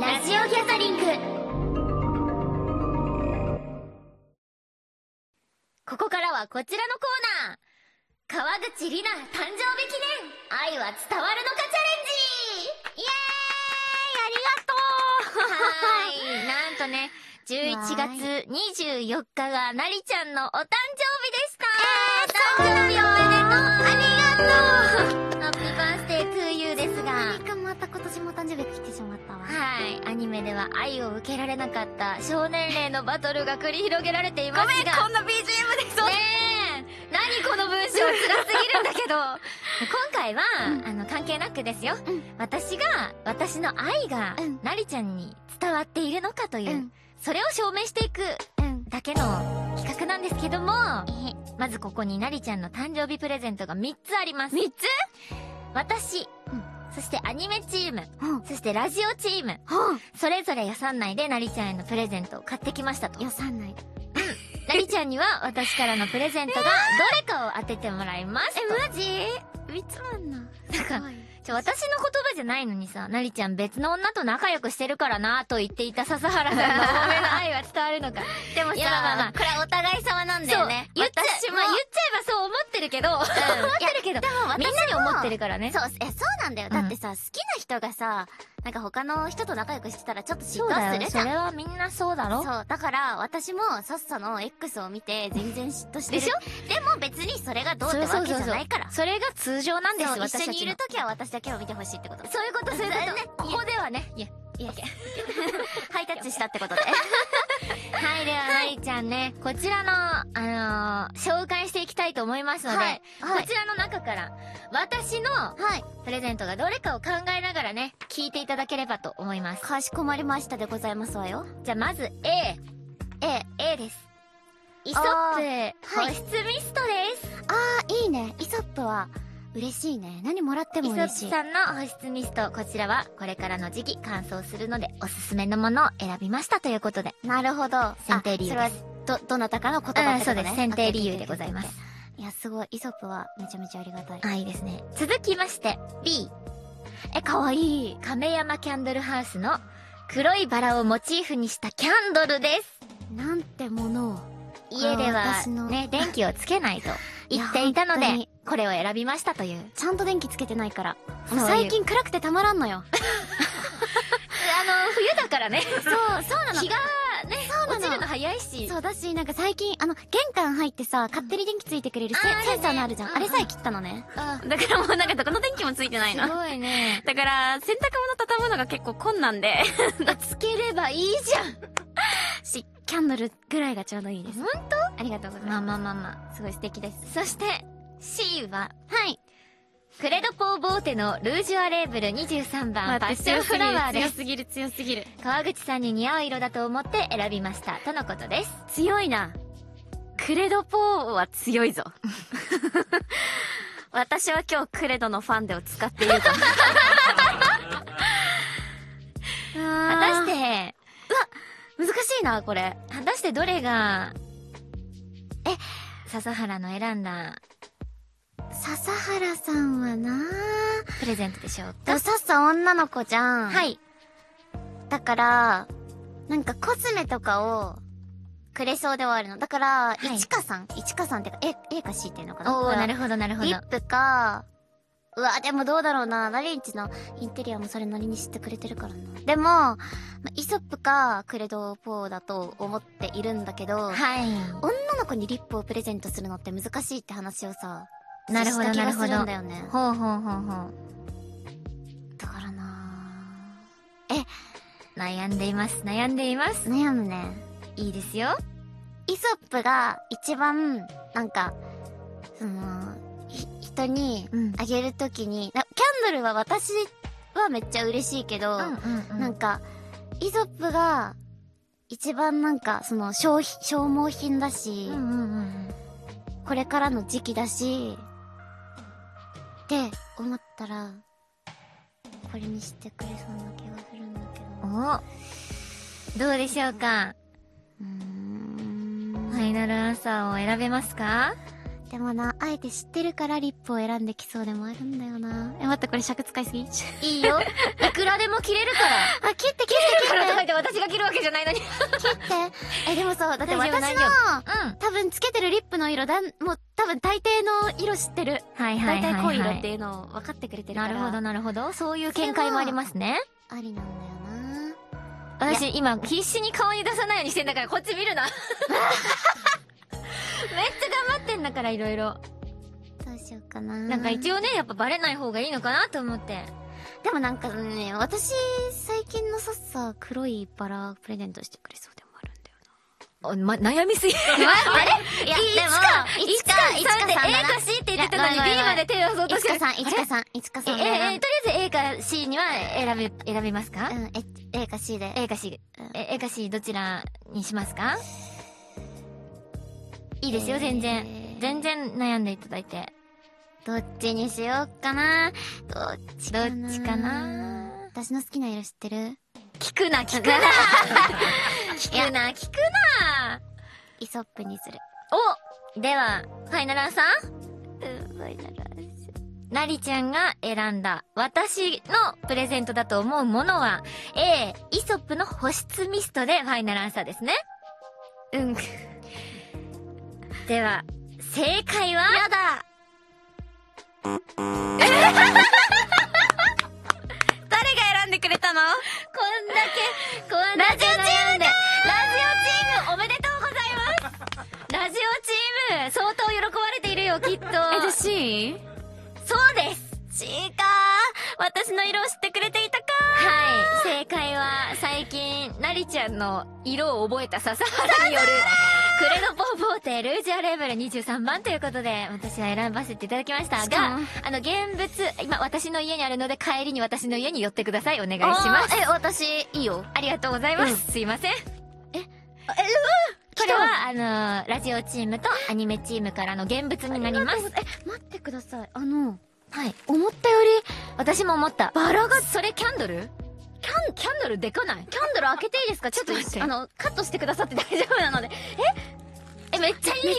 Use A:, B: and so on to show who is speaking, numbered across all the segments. A: ラジオギャザリングここからはこちらのコーナー川口里奈誕生日記念愛は伝わるのかチャレンジイエーイありがとう はいなんとね11月24日がなりちゃんのお誕生日でした、おめでとうありがとうハッピーバースデートゥーユーですが
B: かまた今年も誕生日来てしまったわ
A: はい。アニメでは愛を受けられなかった少年齢のバトルが繰り広げられていますが。
B: んな BGM で
A: ねえ何この文章辛すぎるんだけど今回は、あの、関係なくですよ。
B: うん
A: 私が、私の愛が、
B: うん
A: なりちゃんに伝わっているのかという、
B: うん
A: それを証明していく
B: うん
A: だけの企画なんですけども、
B: え
A: まずここになりちゃんの誕生日プレゼントが3つあります。3つ私、
B: うん
A: そしてアニメチーム、
B: ほう
A: そしてラジオチーム、
B: ほう
A: それぞれ予算内でなりちゃんへのプレゼントを買ってきましたと。
B: 予算内
A: なりちゃんには私からのプレゼントがどれかを当ててもらいますと。え、マジ
B: 三つまんな
A: なんかちょ、私の言葉じゃないのにさ、なりちゃん別の女と仲良くしてるからなと言っていた笹原さんの褒めの愛は伝わるのか。
B: でも
A: いやまあまあ
B: これお互い様なんだ
A: そう
B: よね、
A: 言っちゃ
B: 私
A: え
B: も
A: ば、言っちゃえばそう思ってるけど、思ってるけど、みんなに思ってるからね。
B: そうえそうなんだよ
A: うん
B: だってさ、好きな人がさなんか他の人と仲良くしてたらちょっと嫉
A: そうだ
B: 妬
A: よ
B: するじ
A: そ
B: ゃん
A: れはみんなそうだろ
B: そうだから私もさっさの X を見て全然嫉妬してる
A: でし
B: でも別にそれがどうってわけじゃないから
A: それが通常なんです、
B: そう
A: 私たち
B: 一緒
A: の
B: にいる時は私だけを見てほしい ってこと
A: そういうこと、そういう
B: だよね
A: こと。ここではね。いや、
B: いやいやハイタッチしたってことで
A: はい、では、なりちゃんね、こちらの、あのー紹介していきたいと思いますので、
B: はいはい
A: こちらの中から、私の
B: はい
A: プレゼントがどれかを考えながらね、聞いていただければと思います。
B: かしこまりましたでございますわよ
A: じゃあ、まず A、
B: え
A: A です。イソップ、
B: あーは
A: 保
B: い
A: 湿ミストです。
B: あーいいねイソップは嬉しいね何もらって
A: イ
B: も
A: ソ
B: 嬉
A: ッ
B: し
A: プ
B: い
A: さんの保湿ミスト、こちらはこれからの時期乾燥するので、おすすめのものを選びましたということで。
B: なるほど
A: 選定理由
B: あ
A: で
B: そ
A: す
B: れはどどなたかの言葉ってこと
A: うんそうです選定理由でございます
B: いやすごいイソップはめちゃめちゃありがたい
A: あ、いいですね。続きまして、B。
B: えかわいい
A: 亀山キャンドルハウスの黒いバラをモチーフにしたキャンドルです。
B: なんてものを
A: 家では
B: 私の
A: ね、電気をつけないと言っていたの
B: いや本
A: で、これを選びましたという。
B: ちゃんと電気つけてないから
A: そういう
B: 最近暗くてたまらんのよ
A: あの、冬だからね、
B: そうそうなの
A: 日がね、
B: なの
A: 落ちるの早いし、
B: そうだし、なんか最近、あの、玄関入ってさ、勝手に電気ついてくれるセ,、
A: あーあれね
B: センサーのあるじゃん。
A: うん
B: あれさえ切ったのね。
A: あ
C: だから もうなんかどこの電気もついてない
A: す
C: の。
A: ごいね。
C: だから、洗濯物畳むのが結構困難で。
A: つければいいじゃん。
B: し、キャンドルぐらいがちょうどいいです。
A: ほん
B: ありがとうござい
A: まあ
B: ま
A: まあまあまあ。
B: す。すごい素敵です。
A: そして、C は、
B: はい。
A: クレドポーボーテのルージュアレーブル23番、パッションフラワーです。
C: すぎる、強すぎる。
A: 川口さんに似合う色だと思って選びました。とのことです。
C: 強いな。クレドポーは強いぞ。私は今日クレドのファンデを使ってい ると。
A: 果
B: 果
A: たして、
B: 難しいな、これ。
A: 果たしてどれが、え、笹原の選んだ
B: 笹原さんはな
A: プレゼントでしょう
B: ぁ。
A: か
B: さっさ女の子じゃん。。
A: はいい。
B: だから、なんかコスメとかを、くれそうではあるの。だから、
A: い
B: いちかさん。いちかさんってか、A、A か C っていうのかな
A: おー、なるほど、なるほど
B: リ。ップか、うわ、でもどうだろうな。ナリンチのインテリアもそれなりに知ってくれてるからな。でも、まイソップかクレドポーだと思っているんだけど、
A: はい。
B: 女の子にリップをプレゼントするのって難しいって話をさ、
A: なるほど
B: した気がす
A: なるほど
B: んだよね。
A: ほうほうほうほう。
B: だからな
A: 悩んでいます、悩んでいます。
B: 悩むね。
A: いいですよ。
B: イソップが一番、なんか、その、ひ人に
A: うん。
B: あげるときに、なキャンドルは私はめっちゃ嬉しいけど、
A: うんうんうん。
B: なんか、イソップが、一番なんか、その、消費、消耗品だし、
A: うんうんうん
B: これからの時期だし、って思ったら、これにしてくれそうな気がするんだけど。
A: うん。おどうでしょうか
B: うーん。
A: ファイナルアンサーを選べますか
B: でもな、あえて知ってるからリップを選んできそうでもある んだよな。え、待って、これ尺使いすぎ
A: いいよ。いくらでも切れるから。
B: あ、切って切って
A: からとか言って私が着るわけじゃないのに。
B: え、でもさ、だって
A: 大丈
B: 私
A: 夫大
B: の
A: 丈、うん。
B: 多分つけてるリップの色だん、もう多分大抵の色知ってる。
A: はいは
B: 大
A: いは
B: 体
A: い、はい。
B: 濃い色っていうのを分かってくれてるか
A: な
B: ら。
A: るほどなるほど。そういう見解もありますね。
B: ありなんだよな
A: 私今必死に顔に出さないようにしてんだからこっち見 るな。めっちゃ頑張ってんだからいろいろ。
B: どうしようかな
A: なんか一
B: 応。
A: 応ね、やっぱバレない方がいいのかなと思って。
B: でもなんかね、私、最近のさっさ、黒いバラプレゼントしてくれそうでもあるんだよ
A: おま、悩 みすぎ。
B: な。あれいや、
A: いち
B: でも
A: か、
B: いちか、いちかさん
A: で A
B: だな。
A: か C って言ってたの
B: いや
A: に
B: ごめんご
A: B
B: め
A: ま
B: ん
A: で手を出そうと
B: い
A: し
B: ち
A: て
B: か
A: る。
B: さん、いちかさん、いちか
A: え、
B: さんだよな。
A: え、え、とりあえず A か C には選べ、選べますか
B: うん、え、A か C で。
A: ?A か C。え、A か C どちらにしますかいいですよ、全然。
B: えー
A: 全然悩んでいただいて。
B: どっちにしようかなどっちかな
A: どっちかな
B: 私の好きな色知ってる
A: 聞 くな、聞くな聞くな、聞くな
B: イソップにする。
A: おでは、ファイナルアンサー
B: うん、バイナルアイス
A: なりちゃんが選んだ私のプレゼントだと思うものは A、イソップの保湿ミストでファイナルアンサーですね。うん。では、正解はやだ
C: 誰が選んでくれたの
A: こんだけ、こんだけ悩んで。ラジオチームおめでとうございますラジオチーム相当喜ばれているよ、きっと。
C: え、で、C?
A: そうです
C: チーかー私の色を知ってくれていたか
A: はい、正解は最近、なりちゃんの色を覚えた笹原による、クレドポーポーテルージュアレーベル23番ということで、私は選ばせていただきました
B: しか
A: が
B: も、
A: あの、現物、今私の家にあるので帰りに私の家に寄ってください。お願いします。
B: え、私、いいよ。
A: ありがとうございます。すいません。こ
B: 来
A: れ
B: た
A: は、あの、ラジオチームとアニメチームからの現物になります。
B: え、待ってください。あの、
A: はい。
B: 思ったより、
A: 私も思った。
B: バラが、
A: それキャンドルキャン、キャンドルでかない
B: キャンドル開けていいですかちょっと
A: ちょっと待って
B: あの、カットしてくださって大丈夫なので。
A: え、めっちゃいい匂い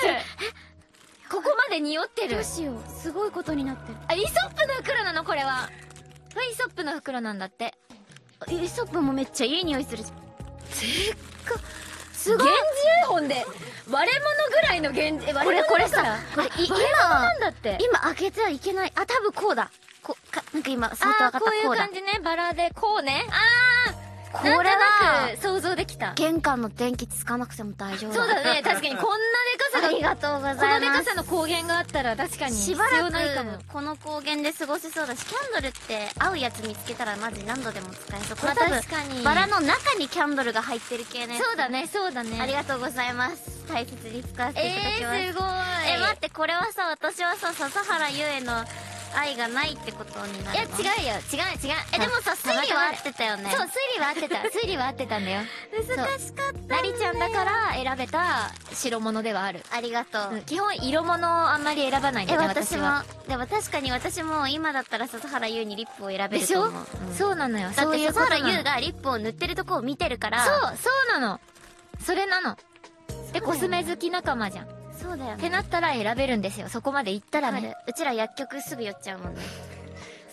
A: するここまで匂ってる
B: どうしよう。すごいことになってる。
A: あ、イソップの袋なのこれは。これイソップの袋なんだって。
B: イソップもめっちゃいい匂いする。
A: すごい源氏絵本で、割れ物ぐらいの源氏、え
B: こ
A: 割
B: れ
A: れ
B: こ
A: 物
B: れ
A: だから
B: さ、これい今、
A: なんだって。
B: 今開けてはいけない。あ、多分こうだ。こう、か、なんか今、相当
A: あ
B: 分か
A: ー、
B: った。
A: こういう
B: こうだ
A: 感。じね。バラで、こうね。あー、
B: これは
A: なんとな、く想像できた。
B: 玄関の電気つかなくても大丈夫
A: そうだね。確かにこんなでかさ
B: あ
A: が、
B: りがとうございます。
A: このでかさの光源があったら確かに必
B: しばら
A: 要ないかも
B: く。この光源で過ごせそうだしキャンドルって合うやつ見つけたらマジ何度でも使えそうこれ多分
A: 確かに。
B: バラの中にキャンドルが入ってる系ね
A: そうだね、そうだね。
B: ありがとうございます大切に使わせていただきます、
A: えー、すごい。
B: え待ってこれはさ私はさ笹原優への愛がないってことにないる
A: や、違
B: の
A: うよ。違う、違う。
B: えでも さ推理は合ってたよね
A: そう、推理は合ってた。推理は合ってたんだよ。
B: 難しかったんだ
A: な
B: よ
A: りちゃんだから選べた白物ではある。
B: ありがとう、
A: うん基本、色物をあんまり選ばないんだ
B: え
A: ね、
B: 私
A: 私
B: も
A: は。
B: でも確かに私も今だったら笹原優にリップを選べ
A: で
B: る
A: し
B: と
A: ょ、
B: 思ううん
A: そうなの
B: だ
A: よ。
B: っ
A: そう
B: て
A: いう
B: 笹
A: こと
B: 原
A: なの
B: 優がリップを塗ってるとこを見てるから
A: そう、そうなの。それなの。で、コスメ好き仲間じゃん。っ
B: そうだよね
A: てなったら選べるんですよ。そこまで行ったら
B: わか
A: ね
B: る。うちら薬局すぐ寄っちゃうもんね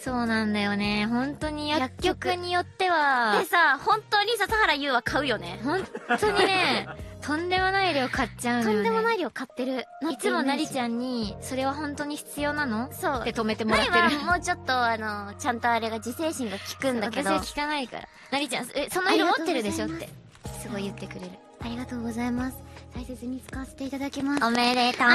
A: そうなんだよね。本当に薬
B: 薬
A: 局
B: 局
A: によっては
B: で、さ本当に笹原優は買うよね
A: 本当に ね、とんでもない量買っちゃうの
B: と
A: よ、ね。
B: んでもない量買ってる
A: いつもなり
B: ゃ
A: ちゃんに、それは本当に必要なのっ
B: そう
A: て止めてもら
B: な
A: っ
B: い
A: て
B: は
A: る。
B: もうちょっとあのちゃんとあれが自制心が効くんだけど
A: 私は聞かないから。なりちゃん、え、その色持ってるでしょっ
B: あり
A: て。すごい言ってくれる。
B: ありがとうございます大切に使わせていただきます
A: おめでとう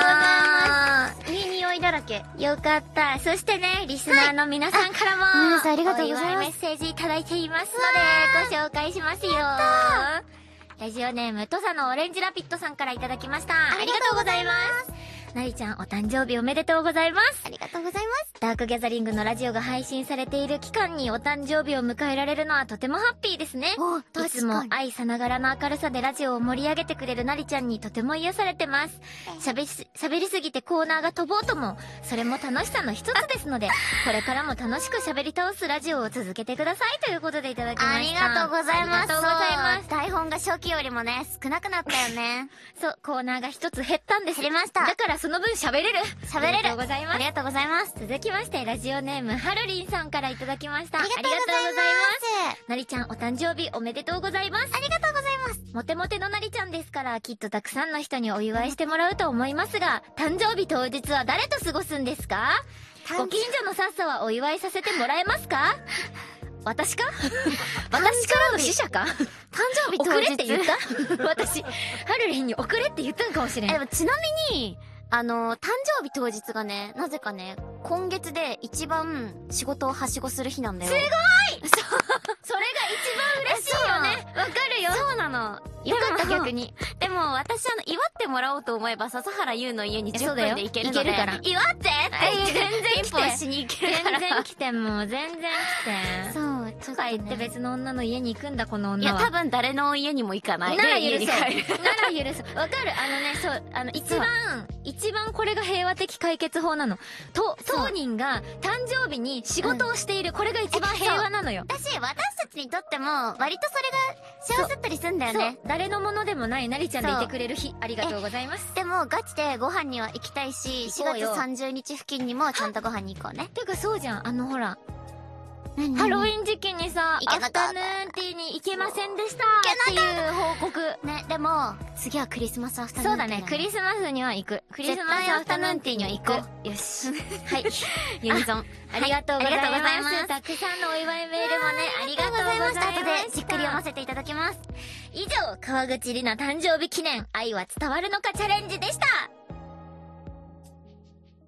B: ありがとうございますいい匂いだらけ
A: よかった。そしてね、リスナーの皆さんからも、
B: はいあ皆さんありがとうございます
A: お祝メッセージいただいていますので、ご紹介しますよ。ラジオネーム、土佐のオレンジラピットさんからいただきました。ありがとうございます。なりちゃん、お誕生日おめでとうございます。
B: ありがとうございます
A: ダークギャザリングのラジオが配信されている期間にお誕生日を迎えられるのはとてもハッピーですね
B: お。
A: いつも
B: 確か
A: 愛さながらの明るさでラジオを盛り上げてくれるなりちゃんにとても癒されてます。喋し喋りすぎてコーナーが飛ぼうとも、それも楽しさの一つで すので、これからも楽しく喋り倒すラジオを続けてくださいということでいただきました。
B: ありがとうございます
A: ありがとうございます
B: そう台本が初期よりもね少なくなったよね
A: そう、コーナーが一つ減ったんです。
B: 減りました
A: だからその分喋れる。
B: 喋れる
A: ありがとうございます
B: あり。がとうございます
A: 続きまして、ラジオネーム、はるりんさんからいただきました。
B: ありがとうございます
A: ありがとうございます。なりちゃんお誕生日おめでとうございます。
B: ありがとうございます。
A: モテモテのなりちゃんですから、きっとたくさんの人にお祝いしてもらうと思いますが、誕生日当日は誰と過ごすんですかご近所のさっさはお祝いさせてもらえますか私か私からの死者か
B: 誕生日当
A: 遅
B: 日。
A: れって言った私、ハルリンに遅れって言ったのかもしれ
B: え、
A: な
B: でも
A: い。
B: ちなみに、あの、誕生日当日がね、なぜかね、今月で一番仕事をはしごする日なんだよ。すごい
A: それが一番嬉しいよね。わかるよ。
C: そうなの。
A: よかった
C: でも
A: 逆に。
C: でも私あの、祝ってもらおうと思えば笹原優の家に
A: えそ
C: 10
A: うだよ
C: 分で行けるので。
A: 行けるから
C: 祝ってって言 って
A: え全然来て
C: 一本しに行ける
A: 全
C: から。
A: 然来てもう全然 来て
B: そう、
A: とか言って別の女の家に行くんだこの
C: い
A: 女
C: や、
A: は
C: 多分誰の家にも行かない。
A: なら
C: で家
A: 許
C: に
A: そうな
C: 帰る。
A: ら許そうわかるあのねそうあの一番一番これが平和的解決法なのと
B: そう
A: 当人が誕生日に仕事をしているこれが一番平和なのよ
B: だし、私たちにとっても、割とそれが幸せだったりすんだよ
A: そう
B: ね。
A: 誰のものでもないなりちゃんでいてくれる日ありがとうございます
B: でも、ガチでご飯には行きたいし、4
A: 行こう
B: 月
A: よ
B: 30日付近にもちゃんとご飯に行こうね。
A: てかそうじゃんあのほらハ
B: ハ
A: ロウ
B: ン
A: ィン時期にさ
B: 行
A: ア
B: けな
A: フ
B: かった
A: タヌーンティーに行けませんでした
B: 行
A: っていう報告
B: ね、でも、次はクリスマスアフタヌー
A: そ
B: ン
A: うだねクリスマスには行くクリスマスアフタヌーンティーには行く
C: く。よし。
A: はい
C: ユニゾン。
A: ありがとうござい
B: ありがとうござい
A: ま
B: ます
A: す。たくさんのお祝いメールもね、ありが
B: あ
A: と
B: りがと
A: う
B: うござい
A: ござ
B: ま
A: いまし
B: した。
A: た。
B: 後で、じっくり読ませていただきます。
A: 以上、川口里奈誕生日記念、愛は伝わるのかチャレンジでした。